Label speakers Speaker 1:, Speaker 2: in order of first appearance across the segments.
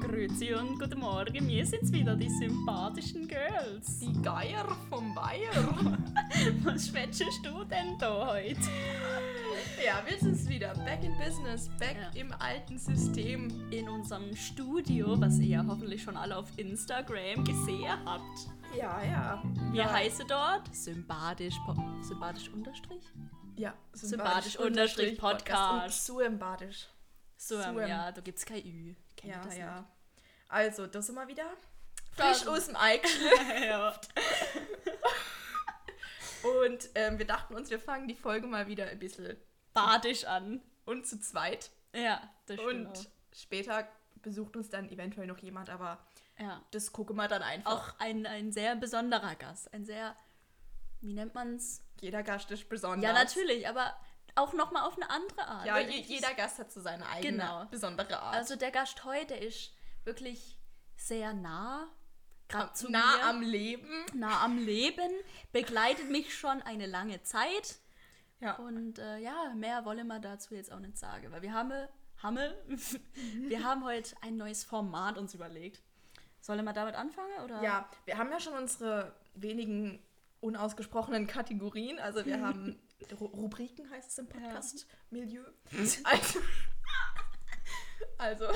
Speaker 1: Grüezi und guten Morgen, wir sind's wieder, die sympathischen Girls.
Speaker 2: Die Geier vom Bayer.
Speaker 1: Was schwätschest du denn da heute?
Speaker 2: ja, wir sind's wieder. Back in business, back
Speaker 1: Ja.
Speaker 2: im alten System.
Speaker 1: In unserem Studio, was ihr hoffentlich schon alle auf Instagram gesehen habt.
Speaker 2: Ja, ja.
Speaker 1: Wir
Speaker 2: ja.
Speaker 1: heißen dort sympathisch, po sympathisch unterstrich?
Speaker 2: Ja,
Speaker 1: Sympathisch unterstrich Podcast.
Speaker 2: Und sympathisch.
Speaker 1: So, ähm,
Speaker 2: Suem.
Speaker 1: ja, da gibt's kein Ü. Kennt ihr
Speaker 2: Ja,
Speaker 1: das
Speaker 2: ja. Also, da sind wir wieder.
Speaker 1: Da-
Speaker 2: Frisch aus dem Ei geschlüpft.
Speaker 1: nicht? ja.
Speaker 2: Und ähm, wir dachten uns, wir fangen die Folge mal wieder ein bisschen
Speaker 1: Badisch an.
Speaker 2: und zu zweit.
Speaker 1: Ja, genau. das stimmt.
Speaker 2: Und
Speaker 1: auch.
Speaker 2: später besucht uns dann eventuell noch jemand, aber
Speaker 1: Ja.
Speaker 2: das gucken wir dann einfach.
Speaker 1: Auch ein, ein sehr besonderer Gast. Ein sehr, wie nennt man's?
Speaker 2: Jeder Gast ist besonders.
Speaker 1: Ja, natürlich, aber auch nochmal auf eine andere Art.
Speaker 2: Ja,
Speaker 1: Weil
Speaker 2: je,
Speaker 1: ich-
Speaker 2: jeder Gast hat so seine eigene
Speaker 1: Genau.
Speaker 2: besondere Art.
Speaker 1: Also der Gast heute ist wirklich sehr nah, gerade zu
Speaker 2: nah
Speaker 1: mir,
Speaker 2: am Leben.
Speaker 1: nah am Leben, begleitet mich schon eine lange Zeit.
Speaker 2: Ja.
Speaker 1: Und äh, ja, mehr wollen wir dazu jetzt auch nicht sagen, weil wir haben, haben, wir haben heute ein neues Format uns überlegt. Sollen wir damit anfangen? Oder?
Speaker 2: ja, wir haben ja schon unsere wenigen unausgesprochenen Kategorien. Also wir haben Ru Rubriken, heißt es im Podcast-Milieu. Also, also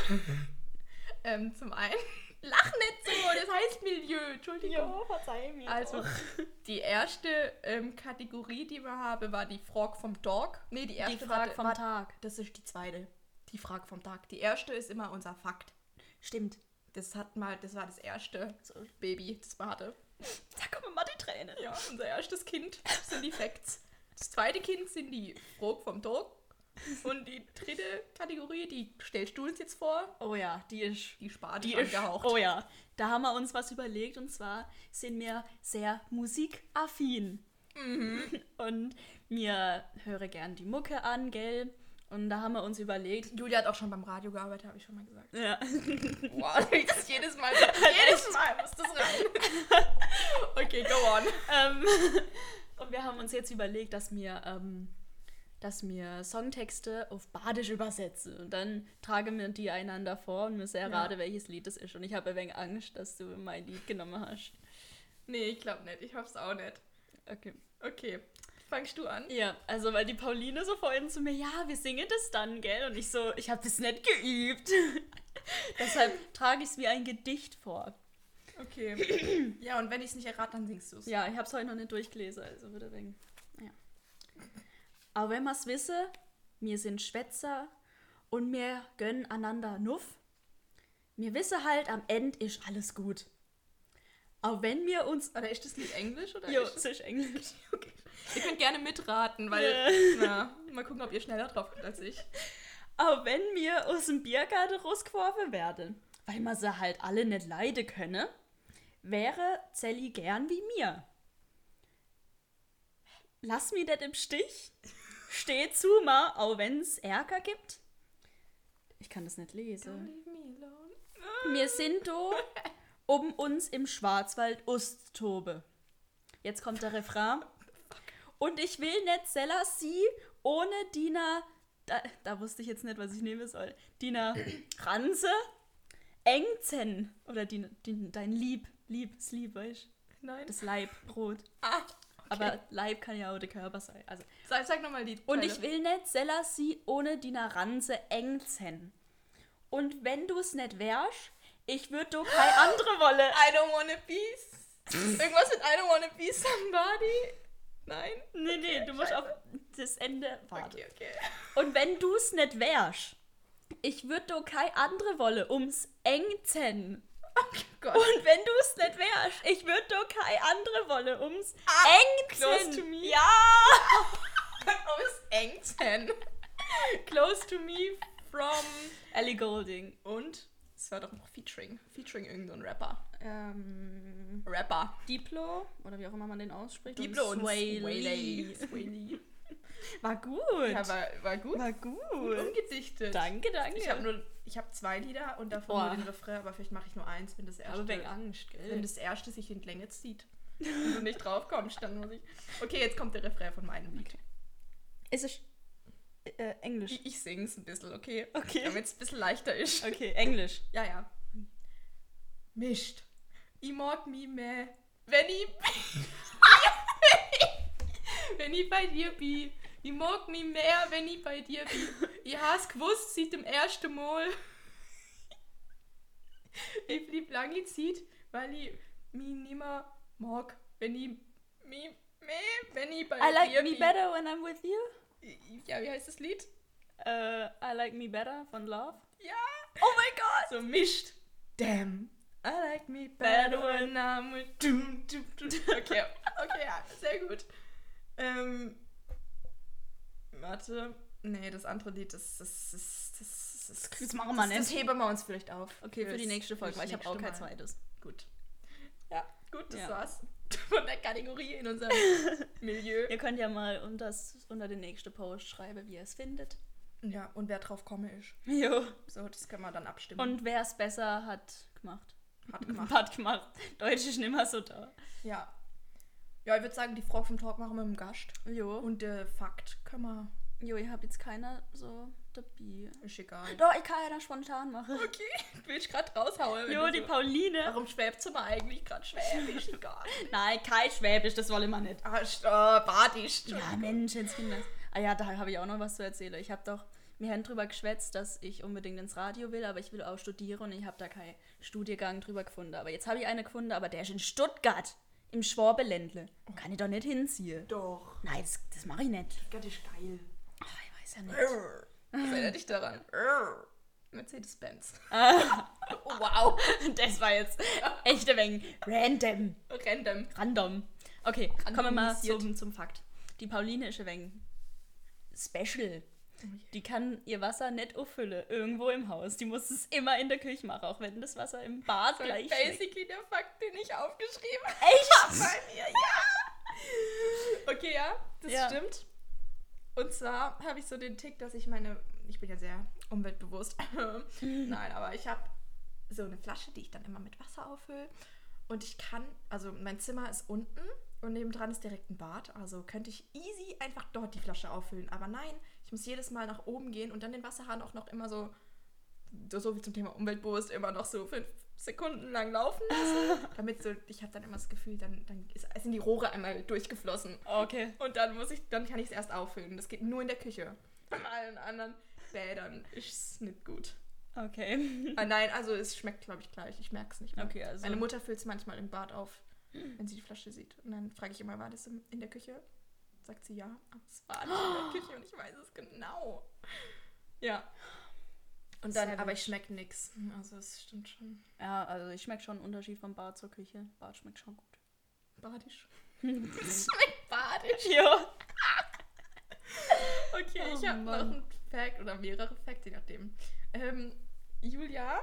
Speaker 2: ähm, zum einen, lach nicht so, das heißt Milieu, Entschuldigung.
Speaker 1: verzeih mir.
Speaker 2: Also, die erste ähm, Kategorie, die wir haben, war die Frog vom Dog. Nee, die erste
Speaker 1: die Frage
Speaker 2: war,
Speaker 1: vom
Speaker 2: war,
Speaker 1: Tag.
Speaker 2: Das ist die zweite. Die Frage vom Tag. Die erste ist immer unser Fakt.
Speaker 1: Stimmt.
Speaker 2: Das hat mal, das war das erste
Speaker 1: So,
Speaker 2: Baby, das wir hatte.
Speaker 1: da kommen mal die Tränen.
Speaker 2: Ja, unser erstes Kind sind die Facts. Das zweite Kind sind die Frog vom Dog. Und die dritte Kategorie, die stellst du uns jetzt vor,
Speaker 1: Oh ja, die ist
Speaker 2: die Spade
Speaker 1: Die ist,
Speaker 2: angehaucht.
Speaker 1: oh ja, da haben wir uns was überlegt und zwar sind wir sehr musikaffin. Und mir höre gern die Mucke an, gell? Und da haben wir uns überlegt,
Speaker 2: Julia hat auch schon beim Radio gearbeitet, habe ich schon mal gesagt.
Speaker 1: ja,
Speaker 2: Wow, das ist jedes Mal, jedes Mal muss das rein. Okay, go on.
Speaker 1: ähm, und wir haben uns jetzt überlegt, dass mir, ähm, dass mir Songtexte auf Badisch übersetze. Und dann tragen wir die einander vor und müssen erraten, welches Lied es ist. Und ich habe ein wenig Angst, dass du mein Lied genommen hast.
Speaker 2: Nee, ich glaube nicht. Ich hoff's auch nicht.
Speaker 1: Okay.
Speaker 2: Okay, fangst du an?
Speaker 1: Ja, also weil die Pauline so vorhin zu mir, ja, wir singen das dann, gell? Und ich so, ich habe das nicht geübt. Deshalb trage ich es wie ein Gedicht vor.
Speaker 2: Okay. ja, und wenn ich es nicht errate, dann singst du es.
Speaker 1: Ja, ich habe es heute noch nicht durchgelesen, also würde wegen. Ja. Aber wenn man's wisse, mir sind Schwätzer und mir gönnen einander Nuff. Mir wisse halt, am End ist alles gut. Auch wenn wir uns.
Speaker 2: Oder ist das Lied Englisch? Oder
Speaker 1: Jo,
Speaker 2: ist
Speaker 1: es ist Englisch. Okay.
Speaker 2: Ihr könnt gerne mitraten, weil.
Speaker 1: Ja.
Speaker 2: Na, mal gucken, ob ihr schneller drauf kommt als ich.
Speaker 1: Auch wenn mir aus dem Biergarten rausgeworfen werden, weil man sie halt alle nicht leiden könne, wäre Zelli gern wie mir. Lass mich das im Stich. Steh zu ma, auch wenn's Ärger gibt. Ich kann das nicht lesen. Wir sind do, um uns im Schwarzwald Usttobe. Jetzt kommt der Refrain. Und ich will nicht Selassie ohne Dina. Da, da wusste ich jetzt nicht, was ich nehmen soll. Dina Ranze Engzen. Oder Dina, Din- dein Lieb. Lieb, das Lieb, weißt du?
Speaker 2: Nein.
Speaker 1: Das Leib, Brot.
Speaker 2: ah,
Speaker 1: Aber Leib kann ja auch der Körper sein. Also.
Speaker 2: sag, sag nochmal Lied.
Speaker 1: Und ich will nicht Selassie ohne Dina Ranze Engzen. Und wenn du es nicht wärst, ich würde doch keine andere wolle.
Speaker 2: I don't wanna be. Irgendwas mit I don't wanna be somebody? Nein?
Speaker 1: Nee, nee, du musst auf das Ende warten.
Speaker 2: Okay, okay.
Speaker 1: Und wenn du's nicht wärst, ich würd do kei andere wolle ums Engzen.
Speaker 2: Oh Gott.
Speaker 1: Und wenn du's nicht wärst, ich würd do kei andere wolle ums Engzen.
Speaker 2: close to me.
Speaker 1: Ja!
Speaker 2: Oh, ist Engsten. Close to me from.
Speaker 1: Ellie Golding.
Speaker 2: Und? Es war doch noch Featuring. Featuring irgendein Rapper.
Speaker 1: Ähm,
Speaker 2: Rapper.
Speaker 1: Diplo, oder wie auch immer man den ausspricht.
Speaker 2: Diplo und
Speaker 1: Sway
Speaker 2: Swayley.
Speaker 1: Lee.
Speaker 2: Swayley.
Speaker 1: War gut.
Speaker 2: Ja, war, war gut.
Speaker 1: war
Speaker 2: gut
Speaker 1: gut.
Speaker 2: umgedichtet.
Speaker 1: Danke, danke.
Speaker 2: Ich habe nur, ich habe zwei Lieder und davon
Speaker 1: Boah.
Speaker 2: nur den Refrain, aber vielleicht mache ich nur eins, wenn das erste,
Speaker 1: aber wegen Angst,
Speaker 2: wenn
Speaker 1: gell?
Speaker 2: das erste sich in die Länge zieht. Wenn du nicht drauf kommst, dann muss ich. Okay, jetzt kommt der Refrain von meinem Lied.
Speaker 1: Es ist äh, Englisch.
Speaker 2: Ich, ich sing's ein bisschen, okay?
Speaker 1: Okay.
Speaker 2: Damit es ein bisschen leichter ist.
Speaker 1: Okay, Englisch.
Speaker 2: Ja, ja. mischt. Ich mag mich mehr, wenn ich, wenn ich bei dir bin. Ich mag mich mehr, wenn ich bei dir bin. Ich hab's gewusst seit dem ersten Mal. Ich blieb lange Zeit, weil ich mich nimmer mag, wenn ich mich mehr, wenn ich bei
Speaker 1: I like
Speaker 2: dir
Speaker 1: me
Speaker 2: bin.
Speaker 1: better when I'm with you.
Speaker 2: Ja, wie heißt das Lied?
Speaker 1: Äh, I like me better von Love.
Speaker 2: Ja! Oh mein Gott! So mischt. Damn. I like me better when I'm with dum, dum, dum. Okay, okay, ja, sehr gut. Ähm, warte. Nee, das andere Lied, das, das, das, das, das,
Speaker 1: Das machen wir
Speaker 2: das, das
Speaker 1: nicht.
Speaker 2: heben wir uns vielleicht auf.
Speaker 1: Okay, für die
Speaker 2: Fürs-
Speaker 1: nächste Folge,
Speaker 2: fürs
Speaker 1: weil ich habe auch
Speaker 2: nächste
Speaker 1: kein
Speaker 2: Mal.
Speaker 1: zweites.
Speaker 2: Gut. Ja, gut, das
Speaker 1: Ja.
Speaker 2: war's. Von der Kategorie in unserem Milieu.
Speaker 1: Ihr könnt ja mal unter, das, unter den nächsten Post schreiben, wie ihr es findet.
Speaker 2: Ja, und wer drauf komme ist.
Speaker 1: Jo.
Speaker 2: So, das können wir dann abstimmen.
Speaker 1: Und wer es besser hat gemacht.
Speaker 2: hat gemacht.
Speaker 1: Hat gemacht. Deutsch ist nimmer so da.
Speaker 2: Ja. Ja, ich würde sagen, die Frage vom Talk machen wir mit dem Gast.
Speaker 1: Jo.
Speaker 2: Und der Fakt können wir.
Speaker 1: Jo, ich habe jetzt keiner so dabei.
Speaker 2: Ist egal.
Speaker 1: Doch, ich kann ja dann spontan machen.
Speaker 2: Okay, will ich gerade raushauen. wenn
Speaker 1: Jo,
Speaker 2: du
Speaker 1: die
Speaker 2: so-
Speaker 1: Pauline.
Speaker 2: Warum schwäbst du mal eigentlich gerade schwäbisch? Egal.
Speaker 1: Nein, kein Schwäbisch, das wollen wir nicht.
Speaker 2: Ah, stopp, badisch.
Speaker 1: Ja, Mensch, jetzt bin das. Ah ja, da habe ich auch noch was zu erzählen. Ich habe doch, wir haben drüber geschwätzt, dass ich unbedingt ins Radio will, aber ich will auch studieren und ich habe da keinen Studiengang drüber gefunden. Aber jetzt habe ich eine gefunden, aber der ist in Stuttgart, im Schwabeländle. Kann ich doch nicht hinziehen.
Speaker 2: Doch,
Speaker 1: Nein, das, das mache ich nicht.
Speaker 2: Gott ist geil.
Speaker 1: Ach, ich weiß ja nicht.
Speaker 2: Brrr. Was erinnert Äh. dich daran?
Speaker 1: Äh.
Speaker 2: Brrr. Mercedes-Benz. Oh, wow.
Speaker 1: Das war jetzt echte Mengen. Random.
Speaker 2: Random.
Speaker 1: Random. Okay, kommen wir mal
Speaker 2: Randomisiert.
Speaker 1: zum, zum Fakt. Die Pauline ist ein wenig special. Die kann ihr Wasser nicht auffüllen, irgendwo im Haus. Die muss es immer in der Küche machen, auch wenn das Wasser im Bad
Speaker 2: So
Speaker 1: gleich schmeckt.
Speaker 2: basically der Fakt, den ich aufgeschrieben habe.
Speaker 1: Echt?
Speaker 2: bei mir, ja. Okay, ja, das
Speaker 1: Ja.
Speaker 2: stimmt. Und zwar habe ich so den Tick, dass ich meine, ich bin ja sehr umweltbewusst. Nein, aber ich habe so eine Flasche, die ich dann immer mit Wasser auffülle. Und ich kann, also mein Zimmer ist unten und nebendran ist direkt ein Bad. Also könnte ich easy einfach dort die Flasche auffüllen. Aber nein, ich muss jedes Mal nach oben gehen und dann den Wasserhahn auch noch immer so, so wie zum Thema umweltbewusst, immer noch so fünf Sekunden lang laufen lassen. damit so, ich habe dann immer das Gefühl, dann, dann ist, sind die Rohre einmal durchgeflossen.
Speaker 1: Okay.
Speaker 2: Und dann muss ich, dann kann ich es erst auffüllen. Das geht nur in der Küche. Von allen anderen Bädern ist es nicht gut.
Speaker 1: Okay.
Speaker 2: Ah, nein, also es schmeckt, glaube ich, gleich. Ich merke es nicht mehr.
Speaker 1: Okay, also-
Speaker 2: Meine Mutter füllt es manchmal im Bad auf, wenn sie die Flasche sieht. Und dann frage ich immer, war das im- in der Küche? Sagt sie ja. Aber es war nicht in der Küche und ich weiß es genau. Ja. Und dann,
Speaker 1: Savage.
Speaker 2: aber ich schmecke nichts. Also es stimmt schon.
Speaker 1: Ja, also ich schmecke schon einen Unterschied vom Bad zur Küche. Bad schmeckt schon gut.
Speaker 2: Badisch. es schmeckt badisch.
Speaker 1: Ja.
Speaker 2: Okay,
Speaker 1: Oh
Speaker 2: ich habe noch
Speaker 1: Mann.
Speaker 2: einen Fact oder mehrere Facts, je nachdem. Ähm, Julia,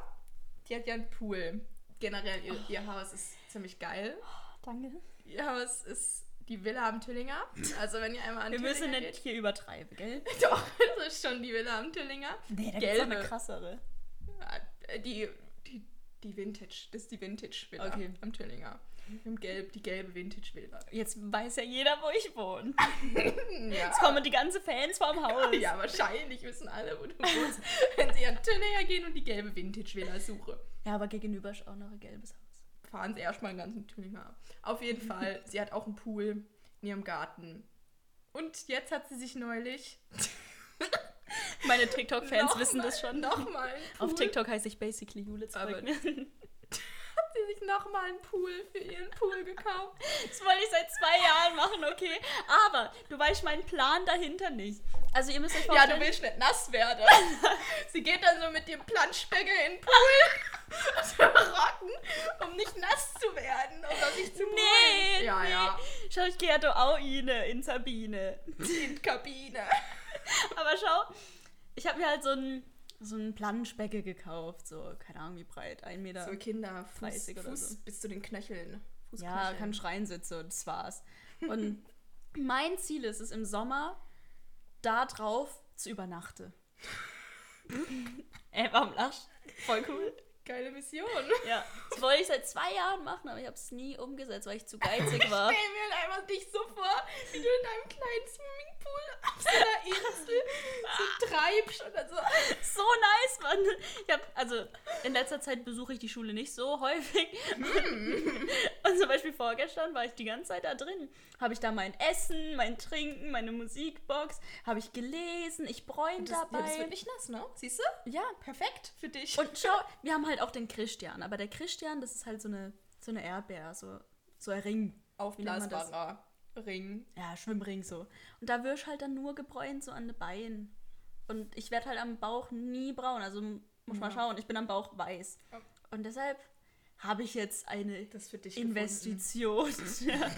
Speaker 2: die hat ja einen Pool. Generell, ihr, ihr Haus ist ziemlich geil.
Speaker 1: Danke.
Speaker 2: Ihr Haus ist die Villa am Tüllinger. Also wenn ihr einmal an
Speaker 1: Wir müssen
Speaker 2: Tüllinger
Speaker 1: nicht hier übertreiben, gell?
Speaker 2: geht- Doch, das ist schon die Villa am Tüllinger.
Speaker 1: Nee, da
Speaker 2: gibt's
Speaker 1: gibt's
Speaker 2: noch
Speaker 1: noch
Speaker 2: eine
Speaker 1: eine krassere.
Speaker 2: Äh, Die, die, die Vintage, das ist die Vintage-Villa
Speaker 1: Okay.
Speaker 2: am Tüllinger. Im Gelb, die gelbe Vintage-Villa.
Speaker 1: Jetzt weiß ja jeder, wo ich wohne.
Speaker 2: Ja.
Speaker 1: Jetzt kommen die ganzen Fans vom Haus.
Speaker 2: ja, wahrscheinlich wissen alle, wo du wohnst, wenn sie an Tüllinger gehen und die gelbe Vintage-Villa suchen.
Speaker 1: ja, aber gegenüber ist auch noch ein gelbes Haus.
Speaker 2: fahren sie erstmal den ganzen Tülinger ab. Auf jeden Fall, sie hat auch einen Pool in ihrem Garten. Und jetzt hat sie sich neulich.
Speaker 1: Meine TikTok-Fans
Speaker 2: nochmal-
Speaker 1: wissen das schon.
Speaker 2: Nochmal. einen
Speaker 1: Auf
Speaker 2: Pool-
Speaker 1: TikTok heiße ich basically Jule
Speaker 2: Aber-
Speaker 1: Zeug. Das
Speaker 2: Hat sie sich nochmal einen Pool für ihren Pool gekauft.
Speaker 1: wollte ich seit zwei Jahren machen, okay? Aber du weißt meinen Plan dahinter nicht. Also ihr müsst euch
Speaker 2: ja,
Speaker 1: vorstellen,
Speaker 2: du willst nicht nass werden. sie geht dann so mit dem Planschbecken in den Pool. zu rocken, um nicht nass zu werden. Oder sich zu
Speaker 1: Nee,
Speaker 2: bräunen. Ja,
Speaker 1: nee.
Speaker 2: ja.
Speaker 1: Schau, ich gehe ja doch auch rein in Sabine.
Speaker 2: In die Kabine.
Speaker 1: Aber schau, ich habe mir halt so einen so einen Planschbecke gekauft. So, keine Ahnung wie breit, ein Meter.
Speaker 2: So Kinder, Fuß,
Speaker 1: 30 oder
Speaker 2: Fuß
Speaker 1: so.
Speaker 2: bis zu den Knöcheln.
Speaker 1: Ja,
Speaker 2: Fußknöcheln.
Speaker 1: kann schreien sitze und das war's. Und mein Ziel ist es im Sommer, da drauf zu übernachten. Ey, warum lachst du? Voll cool.
Speaker 2: Geile Mission.
Speaker 1: Ja, das wollte ich seit zwei Jahren machen, aber ich habe es nie umgesetzt, weil ich zu geizig war.
Speaker 2: Stell mir einfach dich so vor, wie du in deinem kleinen Swimmingpool Pool auf so einer Insel so treibst oder so.
Speaker 1: So nice, Mann. Ich hab, also in letzter Zeit besuche ich die Schule nicht so häufig.
Speaker 2: Hm.
Speaker 1: Und zum Beispiel vorgestern war ich die ganze Zeit da drin. Habe ich da mein Essen, mein Trinken, meine Musikbox, habe ich gelesen, ich bräune
Speaker 2: Und das, ja,
Speaker 1: dabei.
Speaker 2: das wird nicht nass, ne? Siehst du?
Speaker 1: ja,
Speaker 2: Perfekt für dich.
Speaker 1: und schau, wir haben halt auch den Christian, aber der Christian, das ist halt so eine, so eine Erdbeer, so, so ein Ring. Wie nennt man
Speaker 2: aufblasbarer Ring.
Speaker 1: Ja, Schwimmring so. Und da wirst halt dann nur gebräunt, so an den Beinen. Und ich werde halt am Bauch nie braun. Also muss mal
Speaker 2: Ja.
Speaker 1: schauen, ich bin am Bauch weiß.
Speaker 2: Ja.
Speaker 1: Und deshalb habe ich jetzt eine
Speaker 2: Das ist für dich
Speaker 1: Investition. ja.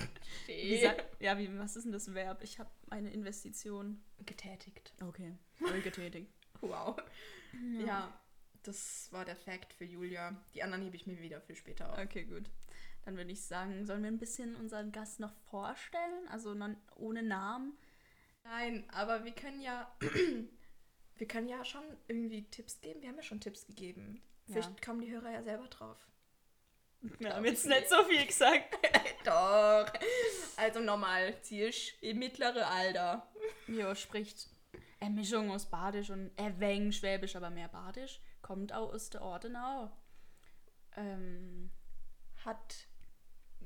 Speaker 1: Wie
Speaker 2: gefunden.
Speaker 1: sagt, ja, wie, was ist denn das Verb? Ich habe eine Investition.
Speaker 2: Getätigt.
Speaker 1: Okay. Voll getätigt.
Speaker 2: Wow. Ja. das war der Fact für Julia. Die anderen hebe ich mir wieder für später auf.
Speaker 1: Okay, gut. Dann würde ich sagen, sollen wir ein bisschen unseren Gast noch vorstellen? Also non, ohne Namen.
Speaker 2: Nein, aber wir können ja. wir können ja schon irgendwie Tipps geben. Wir haben ja schon Tipps gegeben.
Speaker 1: Ja.
Speaker 2: Vielleicht kommen die Hörer ja selber drauf.
Speaker 1: Wir
Speaker 2: Glaub
Speaker 1: haben
Speaker 2: ich
Speaker 1: jetzt
Speaker 2: nicht.
Speaker 1: nicht so viel gesagt.
Speaker 2: Doch. Also normal, Zirsch, mittlere Alter.
Speaker 1: Jo, spricht eine Mischung aus Badisch und erwäng Schwäbisch, aber mehr Badisch. Kommt auch aus der Ortenau. Ähm,
Speaker 2: Hat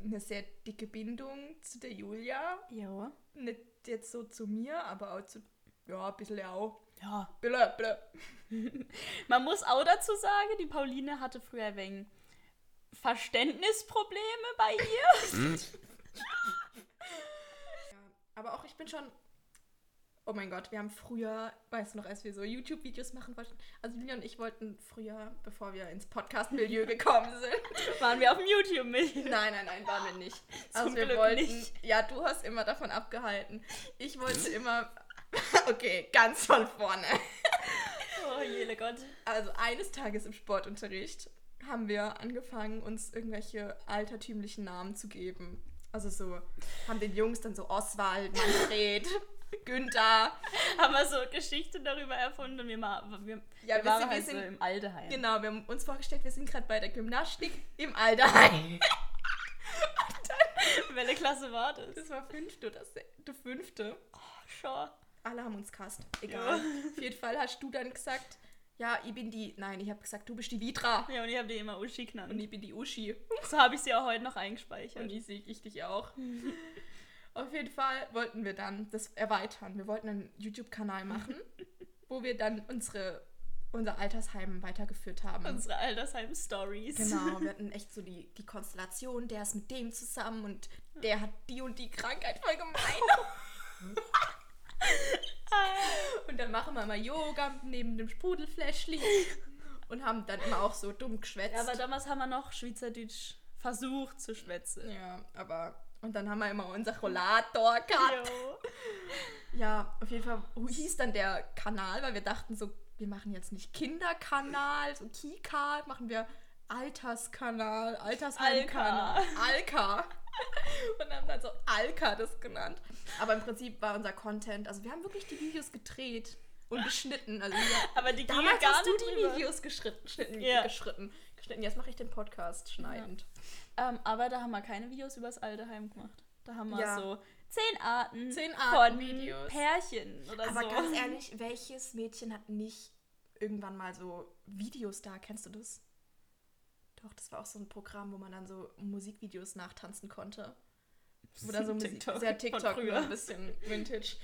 Speaker 2: eine sehr dicke Bindung zu der Julia.
Speaker 1: ja.
Speaker 2: Nicht jetzt so zu mir, aber auch zu. Ja, ein bisschen auch.
Speaker 1: Ja,
Speaker 2: Blö, blö.
Speaker 1: Man muss auch dazu sagen, die Pauline hatte früher ein wenig Verständnisprobleme bei ihr.
Speaker 2: Aber auch ich bin schon. Oh mein Gott, wir haben früher, weißt du noch, als wir so YouTube-Videos machen wollten. Also Julia und ich wollten früher, bevor wir ins Podcast-Milieu gekommen sind.
Speaker 1: Waren wir auf dem YouTube mit.
Speaker 2: Nein, nein, nein, waren wir nicht.
Speaker 1: Zum
Speaker 2: Also wir
Speaker 1: Glück
Speaker 2: wollten.
Speaker 1: nicht.
Speaker 2: Ja, du hast immer davon abgehalten. Ich wollte immer. Okay, ganz von vorne.
Speaker 1: Oh, jele Gott.
Speaker 2: Also eines Tages im Sportunterricht haben wir angefangen, uns irgendwelche altertümlichen Namen zu geben. Also so, haben den Jungs dann so Oswald, Manfred, Günther.
Speaker 1: Haben wir so Geschichten darüber erfunden und wir, mal, wir,
Speaker 2: Ja,
Speaker 1: wir
Speaker 2: wisst
Speaker 1: waren
Speaker 2: ihr, wir
Speaker 1: halt so
Speaker 2: sind-
Speaker 1: im Alteheim.
Speaker 2: Genau, wir haben uns vorgestellt, wir sind gerade bei der Gymnastik im Alderheim.
Speaker 1: Welche Klasse war das?
Speaker 2: Das genau, war fünfte oder sechste, fünfte.
Speaker 1: Schon.
Speaker 2: Alle haben uns kast. Egal. Auf jeden Fall hast du dann gesagt, ja, ich bin die, nein, ich habe gesagt, du bist die Vitra.
Speaker 1: Ja, und ich habe die immer Uschi genannt.
Speaker 2: Und ich bin die Uschi.
Speaker 1: so habe ich sie auch heute noch eingespeichert.
Speaker 2: Und ich sehe ich dich auch. Auf jeden Fall wollten wir dann das erweitern. Wir wollten einen YouTube-Kanal machen, wo wir dann unsere, unser Altersheim weitergeführt haben.
Speaker 1: Unsere Altersheim-Stories.
Speaker 2: Genau, wir hatten echt so die, die Konstellation, der ist mit dem zusammen und der hat die und die Krankheit voll
Speaker 1: Oh.
Speaker 2: gemein. und dann machen wir mal Yoga neben dem Sprudelfläschli und haben dann immer auch so dumm geschwätzt.
Speaker 1: Ja, aber damals haben wir noch Schweizerdeutsch versucht zu schwätzen.
Speaker 2: Ja, aber- Und dann haben wir immer unser Rollator gehabt.
Speaker 1: Jo.
Speaker 2: Ja, auf jeden Fall hieß dann der Kanal, weil wir dachten so, wir machen jetzt nicht Kinderkanal, so Kika, machen wir Alterskanal, Altersheimkanal, Alka. Und haben dann so Alka das genannt. Aber im Prinzip war unser Content, also wir haben wirklich die Videos gedreht und geschnitten. Also wir,
Speaker 1: Aber die gingen
Speaker 2: damals
Speaker 1: gar
Speaker 2: hast du
Speaker 1: nicht
Speaker 2: die
Speaker 1: drüber.
Speaker 2: Videos geschritten, geschnitten,
Speaker 1: Ja.
Speaker 2: geschritten, geschnitten. Jetzt mache ich den Podcast schneidend.
Speaker 1: Ähm, aber da haben wir keine Videos übers alte Heim gemacht. Da haben wir
Speaker 2: Ja.
Speaker 1: so zehn Arten,
Speaker 2: Zehn Arten
Speaker 1: von
Speaker 2: Videos.
Speaker 1: Pärchen oder
Speaker 2: Aber
Speaker 1: so.
Speaker 2: ganz ehrlich, welches Mädchen hat nicht irgendwann mal so Videos da? Kennst du das? Doch, das war auch so ein Programm, wo man dann so Musikvideos nachtanzen konnte. Oder so Musik,
Speaker 1: TikTok
Speaker 2: sehr
Speaker 1: von
Speaker 2: TikTok,
Speaker 1: früher.
Speaker 2: nur ein bisschen Vintage.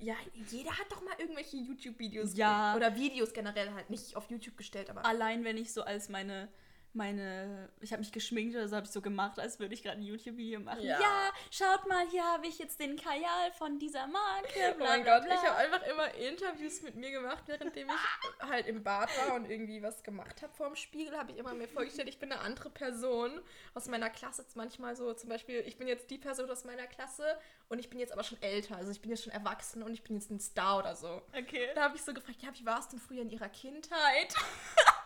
Speaker 2: ja, jeder hat doch mal irgendwelche YouTube-Videos
Speaker 1: Ja.
Speaker 2: ge- oder Videos generell halt nicht auf YouTube gestellt, aber
Speaker 1: Allein wenn ich so als meine meine ich habe mich geschminkt oder so habe ich so gemacht, als würde ich gerade ein YouTube Video machen.
Speaker 2: Ja.
Speaker 1: schaut mal, hier habe ich jetzt den Kajal von dieser Marke.
Speaker 2: Oh
Speaker 1: bla,
Speaker 2: mein
Speaker 1: bla,
Speaker 2: Gott,
Speaker 1: bla.
Speaker 2: ich habe einfach immer Interviews mit mir gemacht, währenddem ich halt im Bad war und irgendwie was gemacht habe vorm Spiegel, habe ich immer mir vorgestellt, ich bin eine andere Person aus meiner Klasse. Jetzt Manchmal so zum Beispiel, ich bin jetzt die Person aus meiner Klasse und ich bin jetzt aber schon älter, also ich bin jetzt schon erwachsen und ich bin jetzt ein Star oder so.
Speaker 1: Okay.
Speaker 2: Da habe ich so gefragt, ja, wie war es denn früher in ihrer Kindheit?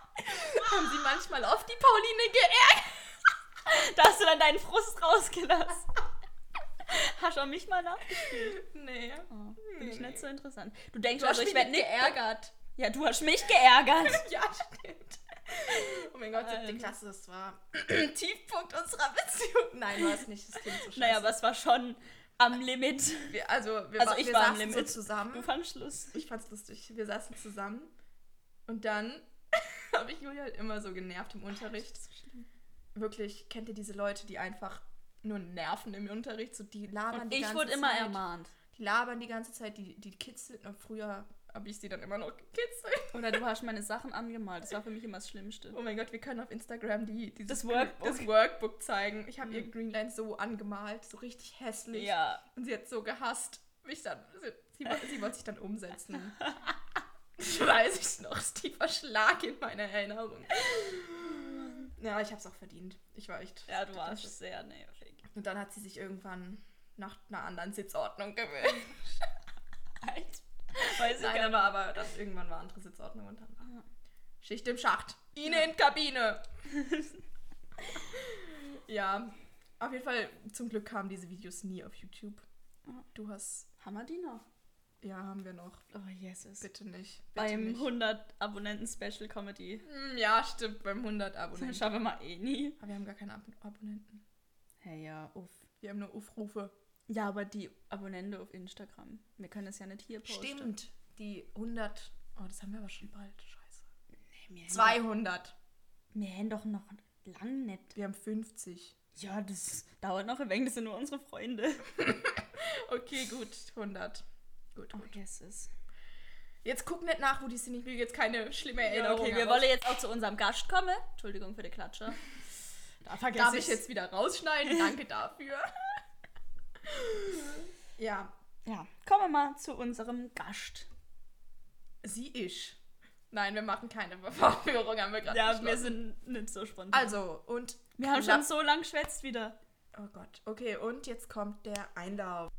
Speaker 2: Haben sie manchmal auf die Pauline geärgert?
Speaker 1: Da hast du dann deinen Frust rausgelassen. hast du an mich mal nachgedacht?
Speaker 2: Nee.
Speaker 1: Oh, Finde ich
Speaker 2: Nee,
Speaker 1: nicht
Speaker 2: nee.
Speaker 1: so interessant. Du denkst
Speaker 2: Du hast
Speaker 1: also,
Speaker 2: mich
Speaker 1: ich werde
Speaker 2: nicht
Speaker 1: nicht
Speaker 2: geärgert.
Speaker 1: Ja, du hast mich geärgert.
Speaker 2: Ja, stimmt. Oh mein Gott, siebte
Speaker 1: Ähm.
Speaker 2: Klasse, das war Tiefpunkt unserer Beziehung. Nein, war es nicht, das klingt so scheiße.
Speaker 1: Naja, aber es war schon am Limit.
Speaker 2: Wir, also wir,
Speaker 1: Also
Speaker 2: wa-
Speaker 1: ich
Speaker 2: wir
Speaker 1: war am
Speaker 2: saßen so
Speaker 1: Limit.
Speaker 2: zusammen.
Speaker 1: Du fandst Schluss.
Speaker 2: Ich fand's lustig. Wir saßen zusammen und dann habe ich Julia halt immer so genervt im Unterricht. Wirklich, kennt ihr diese Leute, die einfach nur nerven im Unterricht? So, die labern
Speaker 1: Und
Speaker 2: die
Speaker 1: ich
Speaker 2: ganze
Speaker 1: wurde immer
Speaker 2: Zeit.
Speaker 1: ermahnt.
Speaker 2: Die labern die ganze Zeit, die, die kitzeln. Und früher habe ich sie dann immer noch gekitzelt.
Speaker 1: Oder du hast meine Sachen angemalt. Das war für mich immer das Schlimmste.
Speaker 2: Oh mein Gott, wir können auf Instagram die, dieses
Speaker 1: Das
Speaker 2: Gre-
Speaker 1: Workbook.
Speaker 2: das Workbook zeigen. Ich habe
Speaker 1: Mhm.
Speaker 2: ihr Greenline so angemalt, so richtig hässlich.
Speaker 1: Ja.
Speaker 2: Und sie hat so gehasst. Mich dann, sie, sie, wo- sie wollte sich dann umsetzen. Ich weiß ich noch, ist tiefer Schlag in meiner Erinnerung. Ja, ich hab's auch verdient. Ich war echt.
Speaker 1: Oh Ja, du warst sehr nervig.
Speaker 2: Und dann hat sie sich irgendwann nach einer anderen Sitzordnung gewöhnt.
Speaker 1: Alt. Weiß ich
Speaker 2: Nein,
Speaker 1: gar
Speaker 2: aber, aber dann irgendwann war andere Sitzordnung und dann
Speaker 1: Ah.
Speaker 2: Schicht im Schacht. Ihnen in Kabine. ja, auf jeden Fall, zum Glück kamen diese Videos nie auf YouTube.
Speaker 1: Ah.
Speaker 2: Du hast.
Speaker 1: Haben wir die noch?
Speaker 2: Ja, haben wir noch.
Speaker 1: Oh, Jesus.
Speaker 2: Bitte nicht. Bitte
Speaker 1: Beim
Speaker 2: nicht.
Speaker 1: 100-Abonnenten-Special-Comedy.
Speaker 2: Hm, Ja, stimmt, beim 100
Speaker 1: Das
Speaker 2: Abonnenten.
Speaker 1: schaffen wir mal eh nie.
Speaker 2: Aber wir haben gar keine Ab Abonnenten.
Speaker 1: Hey, ja, uff.
Speaker 2: Wir haben nur Aufrufe.
Speaker 1: Ja, aber die Abonnenten auf Instagram. Wir können das ja nicht hier posten.
Speaker 2: Stimmt, die 100. Oh, das haben wir aber schon bald. Scheiße.
Speaker 1: Nee, wir haben
Speaker 2: 200.
Speaker 1: doch- Wir haben doch noch lang nicht.
Speaker 2: Wir haben 50.
Speaker 1: Ja, das dauert noch ein wenig. Das sind nur unsere Freunde.
Speaker 2: Okay, gut, 100. Gut,
Speaker 1: Oh,
Speaker 2: gut.
Speaker 1: Jesus.
Speaker 2: Jetzt guck nicht nach, wo die sind. Ich will jetzt keine schlimme
Speaker 1: Ja, genau.
Speaker 2: Erinnerung.
Speaker 1: okay, wir
Speaker 2: aber-
Speaker 1: wollen jetzt auch zu unserem Gast kommen. Entschuldigung für den Klatscher. Da vergesse
Speaker 2: Darf ich jetzt wieder rausschneiden? Danke dafür. ja,
Speaker 1: Ja, kommen wir mal zu unserem Gast.
Speaker 2: sie ist. Nein, wir machen keine Verführung, haben wir gerade
Speaker 1: Ja, wir
Speaker 2: beschlossen.
Speaker 1: sind nicht so spontan.
Speaker 2: Also, und
Speaker 1: wir haben
Speaker 2: knapp-
Speaker 1: schon so lang geschwätzt wieder.
Speaker 2: Oh Gott. Okay, und jetzt kommt der Einlauf.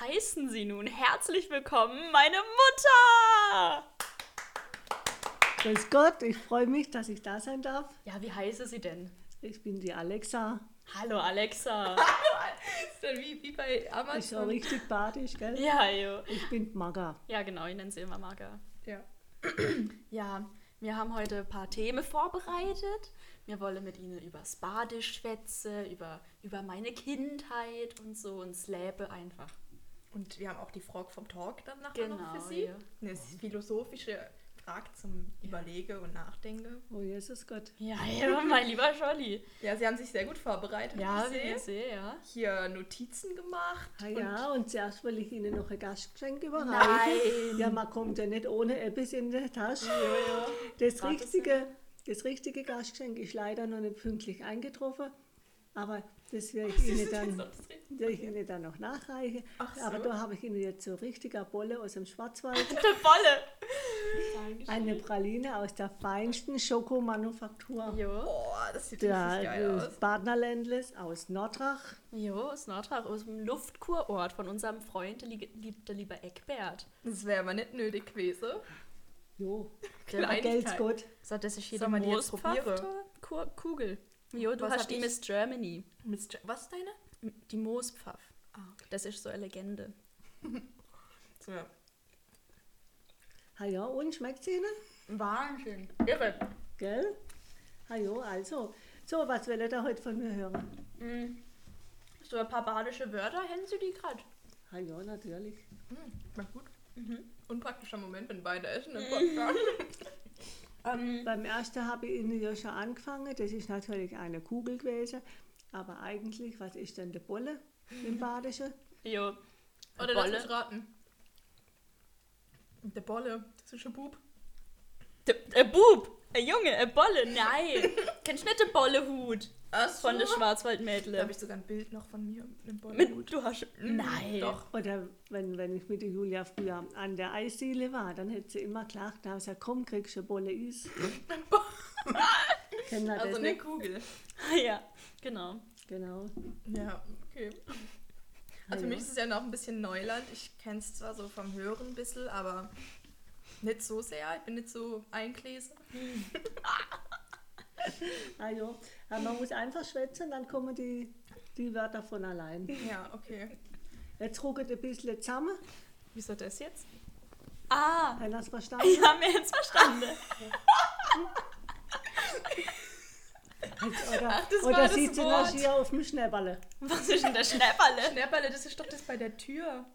Speaker 1: Heißen Sie nun herzlich willkommen, meine Mutter!
Speaker 3: Grüß Gott, ich freue mich, dass ich da sein darf.
Speaker 1: Ja, wie heiße sie denn?
Speaker 3: Ich bin die Alexa.
Speaker 1: Hallo Alexa.
Speaker 2: Ist dann wie, wie bei
Speaker 3: Ist ja
Speaker 2: Amazon.
Speaker 3: richtig badisch, gell?
Speaker 1: ja, jo.
Speaker 3: Ich bin Maga.
Speaker 1: ja, genau, ich nenne sie immer Marga.
Speaker 2: Ja.
Speaker 1: Ja, wir haben heute ein paar Themen vorbereitet. Wir wollen mit Ihnen über das Badisch schwätzen, über, über meine Kindheit und so und das Leben einfach.
Speaker 2: Und wir haben auch die Frage vom Talk dann nachher noch
Speaker 1: Genau,
Speaker 2: für Sie.
Speaker 1: ja.
Speaker 2: Eine philosophische Frage zum Überlege und Nachdenke.
Speaker 3: Oh, Jesus Gott.
Speaker 1: Ja, ja, mein lieber Scholli.
Speaker 2: Ja, Sie haben sich sehr gut vorbereitet.
Speaker 1: Ja,
Speaker 2: ich
Speaker 1: wie
Speaker 2: sehe.
Speaker 1: ich sehe, ja.
Speaker 2: Hier Notizen gemacht.
Speaker 3: Ah ja, und zuerst will ich Ihnen noch ein Gastgeschenk überreichen.
Speaker 1: Nein.
Speaker 3: Ja, man kommt ja nicht ohne etwas in der Tasche. Das,
Speaker 1: Gratis,
Speaker 3: richtige, das richtige Gastgeschenk ist leider noch nicht pünktlich eingetroffen. Aber das werde ich Ihnen dann, werde ich Ihnen dann noch nachreichen.
Speaker 2: Ach so.
Speaker 3: Aber da habe ich Ihnen jetzt so richtiger Bolle aus dem Schwarzwald.
Speaker 1: Eine Bolle.
Speaker 3: Eine Praline aus der feinsten Schokomanufaktur.
Speaker 1: Jo,
Speaker 2: Oh, das sieht richtig geil
Speaker 3: Der
Speaker 2: aus.
Speaker 3: Partnerländles aus Nordrach.
Speaker 1: jo, aus Nordrhein, aus dem Luftkurort von unserem Freund, der, lie- lieb- der lieber Eckbert.
Speaker 2: Das wäre aber nicht nötig gewesen.
Speaker 3: Jo,
Speaker 2: Kleinigkeit.
Speaker 3: gelt's gut.
Speaker 1: So, das ist hier
Speaker 2: Soll
Speaker 1: die
Speaker 2: man die jetzt
Speaker 1: Moospfafter
Speaker 2: probieren?
Speaker 1: Ku- Kugel. Jo, du
Speaker 2: Was hab
Speaker 1: hast die
Speaker 2: ich?
Speaker 1: Miss Germany.
Speaker 2: Mr. Was ist deine?
Speaker 1: Die Moospfaff.
Speaker 2: Ah, okay.
Speaker 1: Das ist so eine Legende.
Speaker 2: So, ja.
Speaker 3: Ha ja, und schmeckt's Ihnen?
Speaker 2: Wahnsinn. Irre.
Speaker 3: Gell? Ha jo, also. So, was will ihr da heute von mir hören?
Speaker 2: So ein paar badische Wörter, hätten Sie die gerade?
Speaker 3: Ha ja, natürlich.
Speaker 2: Na Hm, gut. Mhm. Unpraktischer Moment, wenn beide essen im Podcast.
Speaker 3: Beim ersten habe ich Ihnen ja schon angefangen. Das ist natürlich eine Kugel gewesen. Aber eigentlich, was ist denn der Bolle im Badischen?
Speaker 1: Jo.
Speaker 2: Oder lass
Speaker 1: Bolle.
Speaker 2: mich raten. Der Bolle, das ist ein Bub.
Speaker 1: Ein äh, Bub, ein Junge, ein Bolle, nein. Kennst du nicht den Bollehut
Speaker 2: Was
Speaker 1: von der
Speaker 2: Da habe
Speaker 1: Schwarzwaldmädle?
Speaker 2: ich sogar ein Bild noch von mir mit einem Bolle.
Speaker 1: Mit- Du hast. Nein.
Speaker 2: Doch.
Speaker 3: Oder wenn, wenn ich mit der Julia früher an der Eisdiele war, dann hätte sie immer gelacht, da habe ich gesagt, komm, kriegst du Bolle Eis. Kennen wir
Speaker 2: Also
Speaker 3: das
Speaker 2: eine
Speaker 3: nicht?
Speaker 2: Kugel.
Speaker 1: Ah, Ja, genau.
Speaker 3: Genau.
Speaker 2: Ja, okay. Also für mich ist es ja noch ein bisschen Neuland. Ich kenne es zwar so vom Hören ein bisschen, aber nicht so sehr. Ich bin nicht so eingelesen.
Speaker 3: Ah, ja. Aber man muss einfach schwätzen, dann kommen die, die Wörter von allein.
Speaker 2: Ja, okay.
Speaker 3: Jetzt ruckelt ein bisschen zusammen,
Speaker 2: Wieso das jetzt?
Speaker 1: Ah,
Speaker 3: dann hast du verstanden.
Speaker 1: ich habe mir jetzt verstanden.
Speaker 3: Jetzt, Oder,
Speaker 2: Ach, das war
Speaker 3: oder
Speaker 2: das
Speaker 3: sieht sie
Speaker 2: Wort.
Speaker 3: noch hier auf dem Schnäpperle.
Speaker 1: Was ist denn der Schnäpperle?
Speaker 2: Schnäpperle, das ist doch das bei der Tür.